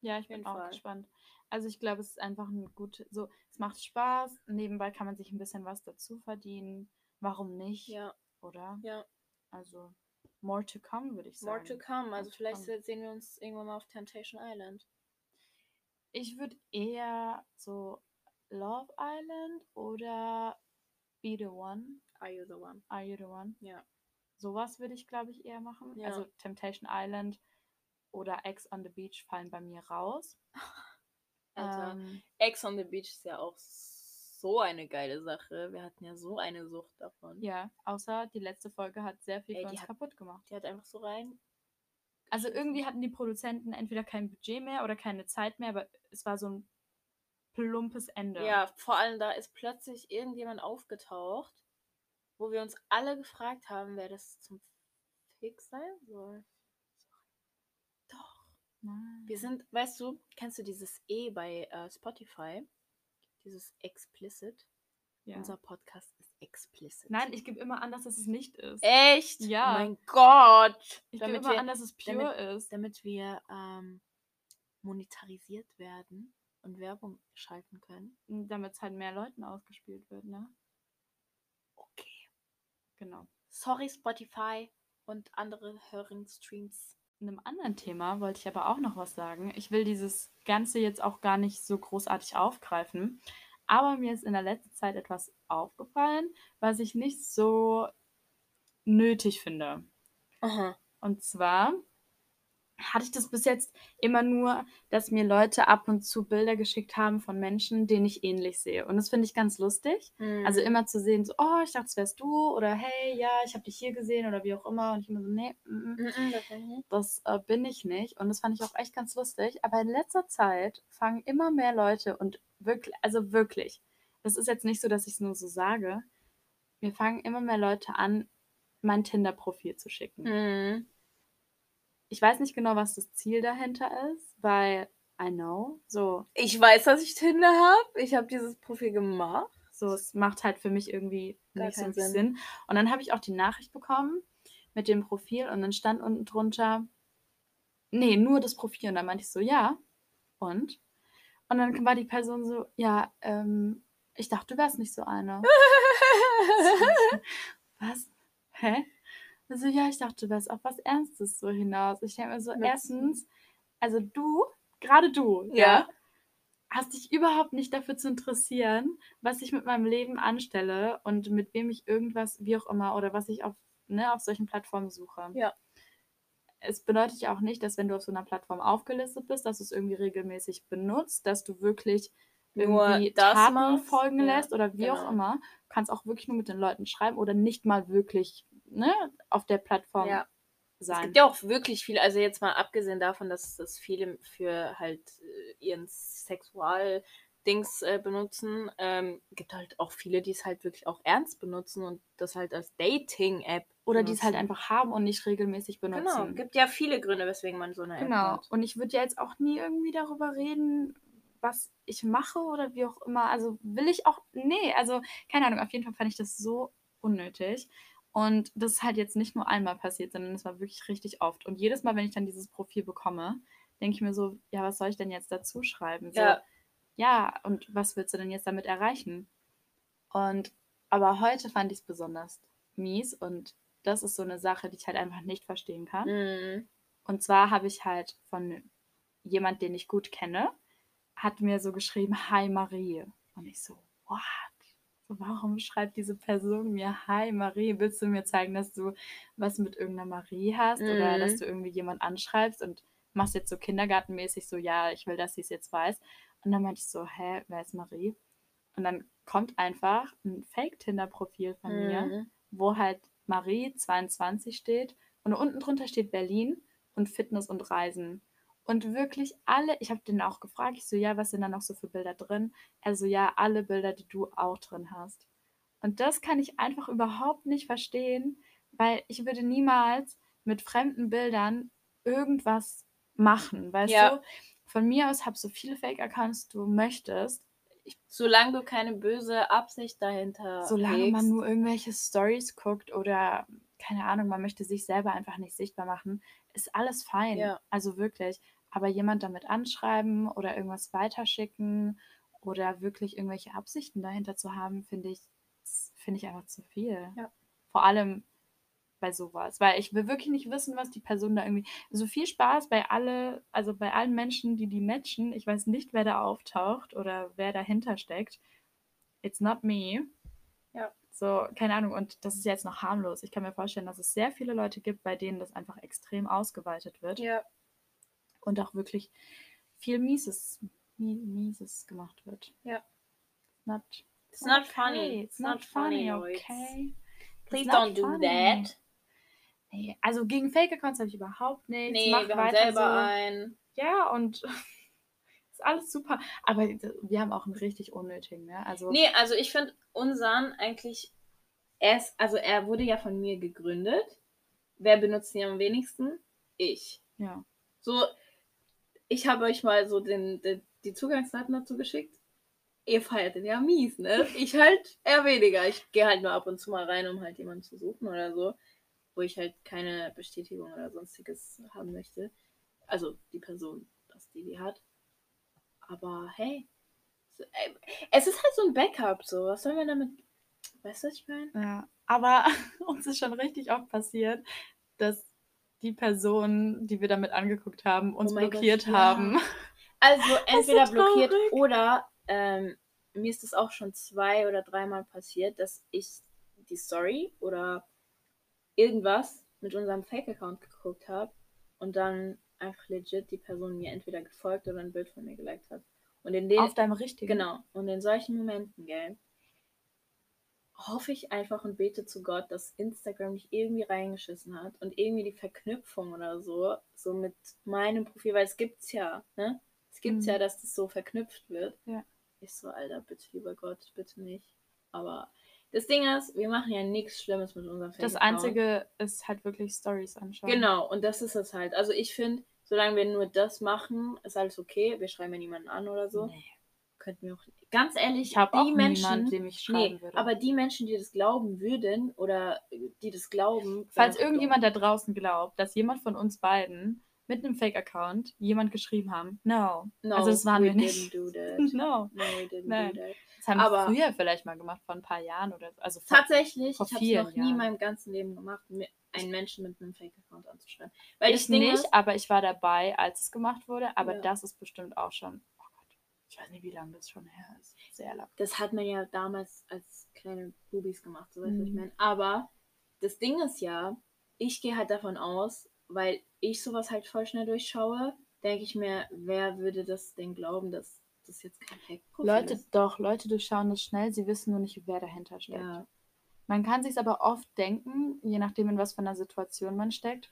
S1: Ja, ich
S2: jeden
S1: bin auch
S2: Fall.
S1: gespannt. Also ich glaube, es ist einfach ein gut, so, es macht Spaß, nebenbei kann man sich ein bisschen was dazu verdienen. Warum nicht?
S2: Ja,
S1: Oder?
S2: ja.
S1: Also more to come, würde ich sagen.
S2: More to come. Also
S1: to
S2: vielleicht
S1: come.
S2: sehen wir uns irgendwann mal auf Temptation Island.
S1: Ich würde eher so Love Island oder Be the One.
S2: Are you the one?
S1: Are you the one?
S2: Ja.
S1: Sowas würde ich, glaube ich, eher machen.
S2: Ja.
S1: Also Temptation Island oder Ex on the Beach fallen bei mir raus.
S2: Alter.
S1: Ähm,
S2: Ex on the Beach ist ja auch so eine geile Sache. Wir hatten ja so eine Sucht davon.
S1: ja, außer die letzte Folge hat sehr viel
S2: Ey,
S1: für
S2: die
S1: uns
S2: hat-
S1: kaputt gemacht.
S2: Die hat einfach so rein.
S1: Also irgendwie hatten die Produzenten entweder kein Budget mehr oder keine Zeit mehr, aber es war so ein plumpes Ende.
S2: Ja. vor allem da ist plötzlich irgendjemand aufgetaucht, wo wir uns alle gefragt haben, wer das zum Fick sein soll. Doch.
S1: Nein.
S2: Wir sind, weißt du, kennst du dieses E bei äh, Spotify? Dieses explicit.
S1: ja.
S2: Unser Podcast ist explicit.
S1: Nein, ich gebe immer an, dass es es nicht ist.
S2: Echt?
S1: Ja.
S2: Mein Gott.
S1: Ich gebe
S2: damit
S1: immer
S2: wir,
S1: an, dass es pure ist.
S2: damit wir ähm, monetarisiert werden und Werbung schalten können.
S1: Damit es halt mehr Leuten ausgespielt wird, ne?
S2: Okay.
S1: Genau.
S2: Sorry, Spotify und andere Hörungsstreams.
S1: In einem anderen Thema wollte ich aber auch noch was sagen. Ich will dieses Ganze jetzt auch gar nicht so großartig aufgreifen. Aber mir ist in der letzten Zeit etwas aufgefallen, was ich nicht so nötig finde.
S2: Aha.
S1: Und zwar hatte ich das bis jetzt immer nur, dass mir Leute ab und zu Bilder geschickt haben von Menschen, denen ich ähnlich sehe. Und das finde ich ganz lustig.
S2: Hm. Mhm.
S1: Also immer zu sehen, so, oh, ich dachte, es wärst du oder hey, ja, ich habe dich hier gesehen oder wie auch immer. Und ich immer so, nee, mm, mm, das äh, bin ich nicht. Und das fand ich auch echt ganz lustig. Aber in letzter Zeit fangen immer mehr Leute und wirklich, also wirklich, das ist jetzt nicht so, dass ich es nur so sage, mir fangen immer mehr Leute an, mein Tinder-Profil zu schicken.
S2: Mhm.
S1: Ich weiß nicht genau, was das Ziel dahinter ist, weil I know, so,
S2: Ich weiß, dass ich Tinder habe. Ich habe dieses Profil gemacht.
S1: so es macht halt für mich irgendwie
S2: Gar
S1: nicht so
S2: keinen
S1: viel
S2: Sinn.
S1: Sinn. Und dann habe ich auch die Nachricht bekommen mit dem Profil und dann stand unten drunter, nee, nur das Profil. Und dann meinte ich so, ja, und? Und dann war die Person so, ja, ähm, ich dachte, du wärst nicht so eine. Was? Hä? Also ja, ich dachte, du wärst auf was Ernstes so hinaus. Ich denke mir so,
S2: Ja.
S1: erstens, also du, gerade du,
S2: Ja.
S1: hast dich überhaupt nicht dafür zu interessieren, was ich mit meinem Leben anstelle und mit wem ich irgendwas, wie auch immer, oder was ich auf, ne, auf solchen Plattformen suche.
S2: Ja.
S1: Es bedeutet ja auch nicht, dass wenn du auf so einer Plattform aufgelistet bist, dass du es irgendwie regelmäßig benutzt, dass du wirklich irgendwie Taten
S2: machst.
S1: folgen
S2: Ja.
S1: lässt oder wie auch
S2: genau.
S1: immer. Du kannst auch wirklich nur mit den Leuten schreiben oder nicht mal wirklich ne, auf der Plattform
S2: Ja. Es
S1: sein.
S2: gibt ja auch wirklich viel, also jetzt mal abgesehen davon, dass das viele für halt äh, ihren Sexual-Dings äh, benutzen, ähm, gibt halt auch viele, die es halt wirklich auch ernst benutzen und das halt als Dating-App.
S1: oder die es halt
S2: benutzen.
S1: einfach haben und nicht regelmäßig
S2: Genau,
S1: benutzen.
S2: gibt ja viele Gründe, weswegen man so eine
S1: Genau.
S2: App hat.
S1: Und ich würde ja jetzt auch nie irgendwie darüber reden, was ich mache oder wie auch immer. Also will ich auch. Nee, also keine Ahnung. Auf jeden Fall fand ich das so unnötig. Und das ist halt jetzt nicht nur einmal passiert, sondern es war wirklich richtig oft. Und jedes Mal, wenn ich dann dieses Profil bekomme, denke ich mir so, ja, was soll ich denn jetzt dazu schreiben? So,
S2: Ja,
S1: ja, und was willst du denn jetzt damit erreichen? Und aber heute fand ich es besonders mies und das ist so eine Sache, die ich halt einfach nicht verstehen kann.
S2: mhm.
S1: Und zwar habe ich halt von jemand, den ich gut kenne, hat mir so geschrieben, Hi Marie. Und ich so, what? So, Warum schreibt diese Person mir, Hi Marie, willst du mir zeigen, dass du was mit irgendeiner Marie hast oder
S2: Mhm.
S1: dass du irgendwie jemand anschreibst und machst jetzt so kindergartenmäßig so, ja, ich will, dass sie es jetzt weiß. Und dann meinte ich so, hä, wer ist Marie? Und dann kommt einfach ein Fake-Tinder-Profil von
S2: Mhm.
S1: mir, wo halt Marie 22 steht und unten drunter steht Berlin und Fitness und Reisen. Und wirklich alle, ich habe den auch gefragt, ich so, ja, was sind da noch so für Bilder drin? Also ja, alle Bilder, die du auch drin hast. Und das kann ich einfach überhaupt nicht verstehen, weil ich würde niemals mit fremden Bildern irgendwas machen. Weißt
S2: Ja.
S1: du, von mir aus hab so viele Fake-Accounts du möchtest,
S2: Solange du keine böse Absicht dahinter
S1: solange man
S2: hegst.
S1: nur irgendwelche Stories guckt oder keine Ahnung, man möchte sich selber einfach nicht sichtbar machen, ist alles fein.
S2: Ja.
S1: Also wirklich. Aber jemand damit anschreiben oder irgendwas weiterschicken oder wirklich irgendwelche Absichten dahinter zu haben, finde ich, finde ich einfach zu viel.
S2: Ja.
S1: Vor allem bei sowas, weil ich will wirklich nicht wissen, was die Person da irgendwie. So viel Spaß bei alle, also bei allen Menschen, die die matchen. Ich weiß nicht, wer da auftaucht oder wer dahinter steckt. It's not me.
S2: Ja.
S1: So, keine Ahnung. Und das ist jetzt noch harmlos. Ich kann mir vorstellen, dass es sehr viele Leute gibt, bei denen das einfach extrem ausgeweitet wird
S2: Ja.
S1: und auch wirklich viel Mieses, Mie- Mieses gemacht wird.
S2: Ja.
S1: Not,
S2: It's not
S1: okay.
S2: funny.
S1: It's not, funny, okay? It's
S2: Please
S1: not
S2: don't do
S1: funny.
S2: that.
S1: Nee, also gegen Fake-Accounts habe ich überhaupt nichts.
S2: Nee,
S1: Macht
S2: wir haben
S1: weiter
S2: selber
S1: so.
S2: einen.
S1: Ja, und ist alles super. Aber wir haben auch einen richtig unnötigen, ne? Also,
S2: Nee, also ich finde unseren eigentlich. Er ist, also er wurde ja von mir gegründet. Wer benutzt ihn am wenigsten? Ich.
S1: ja.
S2: So, ich habe euch mal so den, den, die Zugangsdaten dazu geschickt. Ihr feiert den ja mies, ne? Ich halt eher weniger. Ich gehe halt nur ab und zu mal rein, um halt jemanden zu suchen oder so, wo ich halt keine Bestätigung oder sonstiges haben möchte. Also die Person, dass die die hat. Aber hey, so, ey, es ist halt so ein Backup, so. Was soll man damit? Weißt du, was ich meine?
S1: Ja, aber uns ist schon richtig oft passiert, dass die Personen, die wir damit angeguckt haben, uns
S2: Oh mein
S1: blockiert
S2: Gott, ja.
S1: haben.
S2: Also
S1: ist so
S2: entweder blockiert
S1: traurig.
S2: oder ähm, mir ist es auch schon zwei oder dreimal passiert, dass ich die Story oder irgendwas mit unserem Fake-Account geguckt habe und dann einfach legit die Person mir entweder gefolgt oder ein Bild von mir geliked hat. Und in den
S1: Auf deinem richtigen.
S2: genau und in solchen Momenten, gell, hoffe ich einfach und bete zu Gott, dass Instagram mich irgendwie reingeschissen hat und irgendwie die Verknüpfung oder so so mit meinem Profil, weil es gibt's ja, ne? Es gibt's
S1: Mhm.
S2: ja, dass das so verknüpft wird.
S1: Ja.
S2: Ich so, Alter, bitte, lieber Gott, bitte nicht. Aber das Ding ist, wir machen ja nichts Schlimmes mit unserem
S1: Das
S2: Fake-Account.
S1: Einzige ist halt wirklich Stories anschauen.
S2: Genau, und das ist es halt. Also ich finde, solange wir nur das machen, ist alles okay. Wir schreiben ja niemanden an oder so.
S1: Nee.
S2: Könnten wir auch. Ganz ehrlich,
S1: Also, Ich habe
S2: die
S1: auch
S2: Menschen.
S1: niemanden, dem ich schreiben
S2: Nee,
S1: würde.
S2: aber die Menschen, die das glauben würden oder äh, die das glauben.
S1: Falls
S2: wenn-
S1: irgendjemand da draußen glaubt, dass jemand von uns beiden mit einem Fake-Account jemand geschrieben haben, no.
S2: No,
S1: also das waren
S2: we
S1: wir nicht.
S2: Didn't do that.
S1: No.
S2: No, we didn't
S1: Nein.
S2: do that.
S1: Das haben
S2: Aber-
S1: wir früher vielleicht mal gemacht, vor ein paar Jahren oder so. Also vor-
S2: Tatsächlich,
S1: vor
S2: ich habe es
S1: vielen
S2: noch nie
S1: Jahren.
S2: in meinem ganzen Leben gemacht, mi- einen Menschen mit einem Fake-Account anzuschreiben. Weil
S1: Ich
S2: das Ding
S1: nicht,
S2: ist,
S1: aber ich war dabei, als es gemacht wurde. Aber
S2: Ja.
S1: das ist bestimmt auch schon. Oh Gott, ich weiß nicht, wie lange das schon her ist. Sehr lang.
S2: das hat man ja damals als kleine Bubis gemacht, so weißt du, was ich
S1: Mhm.
S2: meine. Aber das Ding ist ja, ich gehe halt davon aus, weil ich sowas halt voll schnell durchschaue, denke ich mir, wer würde das denn glauben, dass das jetzt kein Fake-Profil
S1: Leute,
S2: ist?
S1: doch, Leute durchschauen das schnell. Sie wissen nur nicht, wer dahinter steckt.
S2: Ja.
S1: Man kann sich aber oft denken, je nachdem, in was für einer Situation man steckt.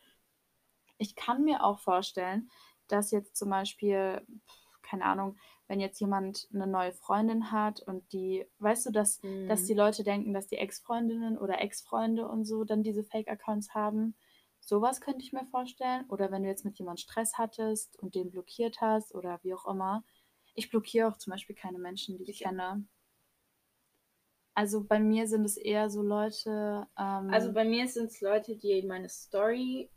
S1: Ich kann mir auch vorstellen, dass jetzt zum Beispiel, pf, keine Ahnung, wenn jetzt jemand eine neue Freundin hat und die, weißt du, dass
S2: Mhm.
S1: dass die Leute denken, dass die Ex-Freundinnen oder Ex-Freunde und so dann diese Fake-Accounts haben. Sowas könnte ich mir vorstellen. Oder wenn du jetzt mit jemandem Stress hattest und den blockiert hast oder wie auch immer. Ich blockiere auch zum Beispiel keine Menschen, die ich
S2: Ich auch.
S1: kenne. Also bei mir sind es eher so Leute. Ähm,
S2: Also bei mir sind es Leute, die meine Story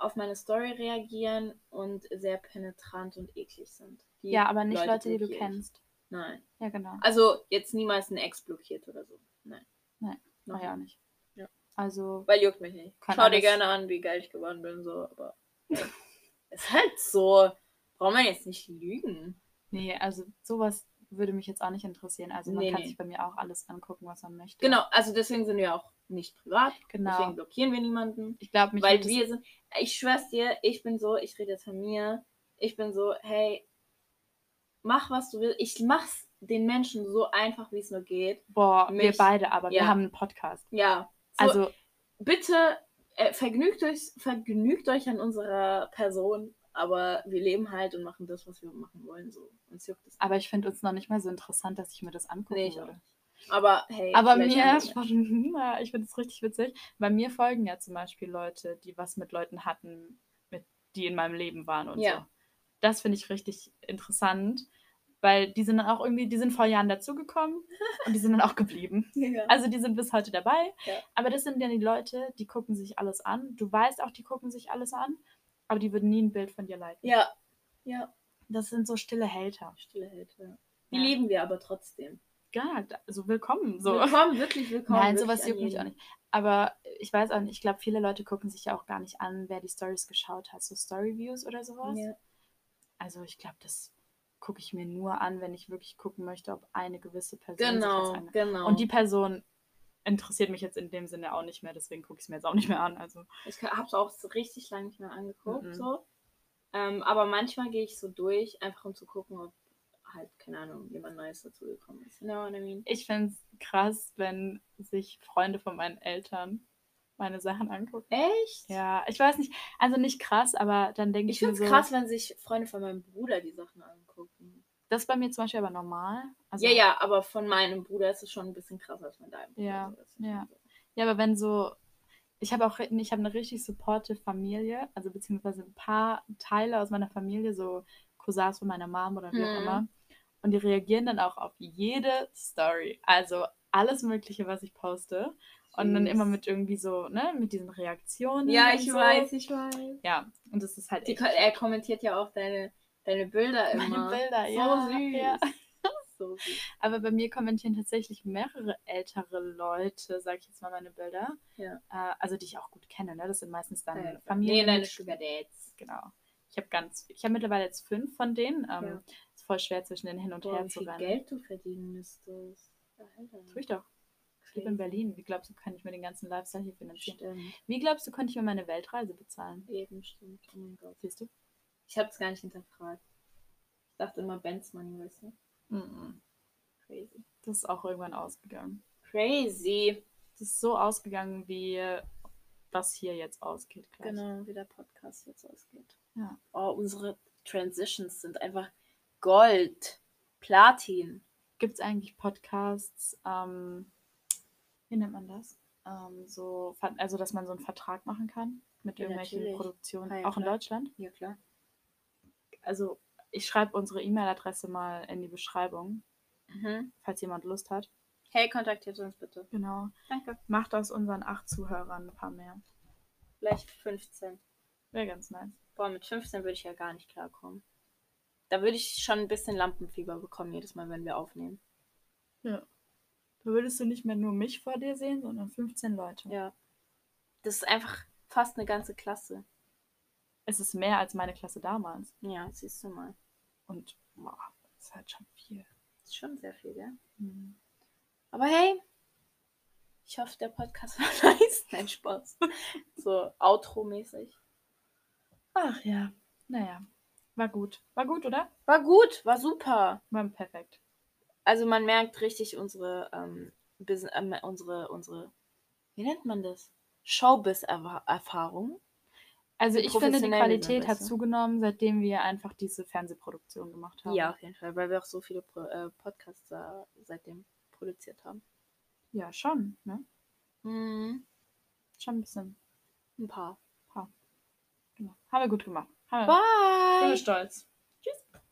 S2: auf meine Story reagieren und sehr penetrant und eklig sind. Die
S1: ja, aber nicht Leute, die du
S2: blockiere ich.
S1: kennst.
S2: Nein.
S1: Ja, genau.
S2: Also jetzt niemals ein Ex blockiert oder so. Nein.
S1: Nein. Ah
S2: Noch
S1: Mach ich auch
S2: nie.
S1: nicht.
S2: Ja.
S1: Also,
S2: Weil juckt mich nicht.
S1: Kann
S2: Schau dir
S1: alles-
S2: gerne an, wie geil ich geworden bin, so, aber. ist halt so. Braucht man jetzt nicht lügen.
S1: nee, also sowas würde mich jetzt auch nicht interessieren. Also man
S2: Nee,
S1: kann
S2: nee.
S1: sich bei mir auch alles angucken, was man möchte.
S2: Genau, also deswegen sind wir auch nicht privat.
S1: Genau.
S2: Deswegen blockieren wir niemanden.
S1: Ich glaube, mich
S2: weil
S1: würde es-
S2: wir sind. Ich schwör's dir, ich bin so, ich rede jetzt von mir. Ich bin so, hey, mach was du willst. Ich mach's den Menschen so einfach, wie es nur geht.
S1: Boah, wir
S2: Mich-
S1: beide, aber wir
S2: ja.
S1: haben einen Podcast.
S2: Ja. So, also
S1: Also,
S2: bitte äh, vergnügt, euch, vergnügt euch an unserer Person, aber wir leben halt und machen das, was wir machen wollen. So. Uns juckt es.
S1: aber ich finde uns noch nicht mal so interessant, dass ich mir das angucken
S2: Nee, ich auch
S1: würde.
S2: Aber hey,
S1: Aber
S2: vielleicht
S1: mir,
S2: haben wir-
S1: ja, ich finde es richtig witzig. Bei mir folgen ja zum Beispiel Leute, die was mit Leuten hatten, mit, die in meinem Leben waren und
S2: Ja.
S1: so. Das finde ich richtig interessant, weil die sind dann auch irgendwie, die sind vor Jahren dazugekommen und die sind dann auch geblieben.
S2: ja.
S1: Also die sind bis heute dabei.
S2: Ja.
S1: Aber das sind ja die Leute, die gucken sich alles an. Du weißt auch, die gucken sich alles an, aber die würden nie ein Bild von dir liken.
S2: ja. Ja.
S1: Das sind so stille Hater.
S2: Stille Held, ja. Die
S1: Ja.
S2: leben wir aber trotzdem.
S1: Ja, da- also willkommen. So.
S2: Willkommen, wirklich willkommen.
S1: Nein,
S2: wirklich
S1: sowas
S2: an
S1: juckt mich
S2: jeden.
S1: auch nicht. Aber ich weiß auch nicht, ich glaube, viele Leute gucken sich ja auch gar nicht an, wer die Stories geschaut hat, so Storyviews oder sowas.
S2: Ja.
S1: Also ich glaube, das gucke ich mir nur an, wenn ich wirklich gucken möchte, ob eine gewisse Person sich
S2: Genau,
S1: was ange-
S2: genau.
S1: Und die Person interessiert mich jetzt in dem Sinne auch nicht mehr, deswegen gucke ich es mir jetzt auch nicht mehr an. Also
S2: Ich habe es auch so richtig lange nicht mehr angeguckt.
S1: Mhm.
S2: So. Ähm, aber manchmal gehe ich so durch, einfach um zu gucken, ob halt, keine Ahnung, jemand Neues dazugekommen ist. You know what I mean?
S1: ich finde es krass, wenn sich Freunde von meinen Eltern meine Sachen angucken.
S2: Echt?
S1: Ja, ich weiß nicht, also nicht krass, aber dann denke ich,
S2: Ich finde
S1: mir
S2: es
S1: so,
S2: krass, wenn sich Freunde von meinem Bruder die Sachen angucken.
S1: das ist bei mir zum Beispiel aber normal. Also,
S2: ja, ja, aber von meinem Bruder ist es schon ein bisschen krasser als von deinem Bruder.
S1: Ja,
S2: so, das ist
S1: ja.
S2: so.
S1: Ja, aber wenn so, ich habe auch, ich habe eine richtig supportive Familie, also beziehungsweise ein paar Teile aus meiner Familie, so Cousins von meiner Mom oder wie auch
S2: Mhm.
S1: immer. Und die reagieren dann auch auf jede Story. Also alles Mögliche, was ich poste. Und dann
S2: Süß.
S1: immer mit irgendwie so, ne, mit diesen Reaktionen.
S2: Ja,
S1: und
S2: ich
S1: so.
S2: weiß, ich weiß.
S1: Ja, und das ist halt
S2: Die,
S1: echt
S2: ko- er kommentiert ja auch deine, deine Bilder immer.
S1: meine Bilder,
S2: so
S1: ja.
S2: Süß.
S1: ja.
S2: So süß.
S1: Aber bei mir kommentieren tatsächlich mehrere ältere Leute, sag ich jetzt mal, meine Bilder.
S2: Ja.
S1: Äh, also die ich auch gut kenne, ne? Das sind meistens dann
S2: Ja.
S1: Familien.
S2: Nee, deine Sugar Dates.
S1: Genau. Ich habe ganz, ich habe mittlerweile jetzt fünf von denen. Ähm,
S2: Ja.
S1: Ist voll schwer zwischen den hin und
S2: Boah,
S1: her
S2: wie
S1: zu
S2: viel
S1: rennen.
S2: Geld du verdienen müsstest. Alter.
S1: Tue ich doch. Ich lebe in Berlin. Wie glaubst du, kann ich mir den ganzen Lifestyle hier finanzieren?
S2: Stimmt,
S1: Wie glaubst du, konnte ich mir meine Weltreise bezahlen?
S2: eben stimmt. Oh mein Gott.
S1: Siehst du?
S2: Ich habe es gar nicht hinterfragt. Ich dachte immer Benz Money, weißt du?
S1: Mhm.
S2: Crazy.
S1: Das ist auch irgendwann ausgegangen.
S2: Crazy.
S1: Das ist so ausgegangen, wie das hier jetzt ausgeht. Gleich.
S2: Genau, wie der Podcast jetzt ausgeht.
S1: Ja.
S2: Oh, unsere Transitions sind einfach Gold, Platin.
S1: Gibt es eigentlich Podcasts, ähm, wie nennt man das? Ähm, so, ver- also, dass man so einen Vertrag machen kann mit
S2: Ja,
S1: irgendwelchen
S2: natürlich.
S1: Produktionen,
S2: Ja, ja,
S1: auch in
S2: klar.
S1: Deutschland?
S2: Ja, klar.
S1: Ah, also ich schreibe unsere E-Mail-Adresse mal in die Beschreibung,
S2: Mhm.
S1: falls jemand Lust hat.
S2: Hey, kontaktiert uns bitte.
S1: Genau.
S2: Danke.
S1: Macht aus unseren acht Zuhörern ein paar mehr.
S2: Vielleicht 15.
S1: Wäre ganz nice.
S2: Boah, mit 15 würde ich ja gar nicht klarkommen. Da würde ich schon ein bisschen Lampenfieber bekommen, jedes Mal, wenn wir aufnehmen.
S1: Da würdest du nicht mehr nur mich vor dir sehen, sondern 15 Leute.
S2: Ja. Das ist einfach fast eine ganze Klasse.
S1: Es ist mehr als meine Klasse damals.
S2: Ja, siehst du mal.
S1: Und boah, das ist halt schon viel.
S2: Ist schon sehr viel, gell?
S1: Mhm.
S2: Aber hey, ich hoffe, der Podcast war nice. Nein, Spaß. So Outro-mäßig.
S1: Ach ja, naja. War gut. War gut, oder?
S2: War gut, war super.
S1: War perfekt.
S2: Also man merkt richtig unsere, ähm, Bus ähm, unsere, unsere, wie nennt man das? Showbiz-Erfahrung.
S1: Also
S2: Wie
S1: ich finde, die
S2: professionell wir
S1: Qualität hat
S2: sind, weißt du?
S1: zugenommen, seitdem wir einfach diese Fernsehproduktion gemacht haben.
S2: Ja, auf jeden Fall, weil wir auch so viele Pro äh, Podcasts da seitdem produziert haben.
S1: Ja, schon, ne?
S2: Mhm.
S1: Schon ein bisschen.
S2: Ein paar.
S1: Genau. Haben wir gut gemacht. Haben wir
S2: Bye!
S1: stolz.